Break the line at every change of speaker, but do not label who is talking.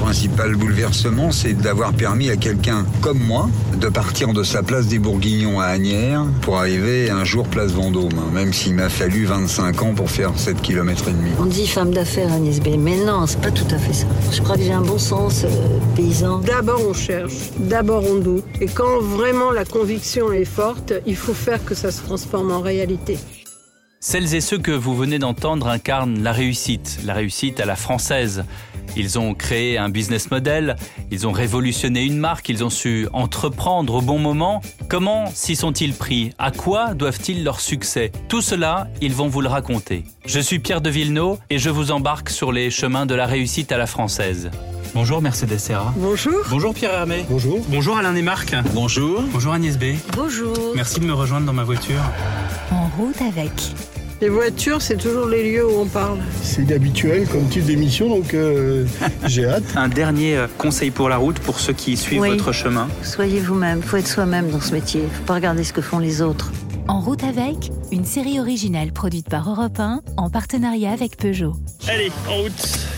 principal bouleversement, c'est d'avoir permis à quelqu'un comme moi de partir de sa place des Bourguignons à Agnières pour arriver un jour place Vendôme, hein, même s'il m'a fallu 25 ans pour faire 7 km et demi.
On dit femme d'affaires, Agnès B. Mais non, c'est pas tout à fait ça. Je crois que j'ai un bon sens euh, paysan.
D'abord on cherche, d'abord on doute. Et quand vraiment la conviction est forte, il faut faire que ça se transforme en réalité.
Celles et ceux que vous venez d'entendre incarnent la réussite, la réussite à la française. Ils ont créé un business model, ils ont révolutionné une marque, ils ont su entreprendre au bon moment. Comment s'y sont-ils pris À quoi doivent-ils leur succès Tout cela, ils vont vous le raconter. Je suis Pierre de Villeneuve et je vous embarque sur les chemins de la réussite à la française. Bonjour Mercedes Serra.
Bonjour.
Bonjour Pierre Hermé.
Bonjour.
Bonjour Alain et Marc.
Bonjour.
Bonjour Agnès B.
Bonjour.
Merci de me rejoindre dans ma voiture.
En route avec.
Les voitures, c'est toujours les lieux où on parle.
C'est habituel comme type d'émission, donc euh, j'ai hâte.
Un dernier euh, conseil pour la route, pour ceux qui suivent
Oui.
votre chemin.
Soyez vous-même, faut être soi-même dans ce métier, faut pas regarder ce que font les autres.
En route avec, une série originale produite par Europe 1 en partenariat avec Peugeot.
Allez, en route